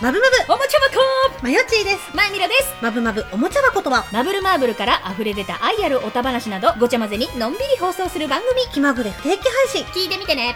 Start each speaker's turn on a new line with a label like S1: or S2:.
S1: マブマ
S2: おもちゃ箱
S1: ブマヨチーです
S2: まゆみろです
S1: マブマブおもちゃ箱とは
S2: マブルマーブルから溢れ出た愛あるおた話などごちゃ混ぜにのんびり放送する番組
S1: 気まぐれ不定期配信
S2: 聞いてみてね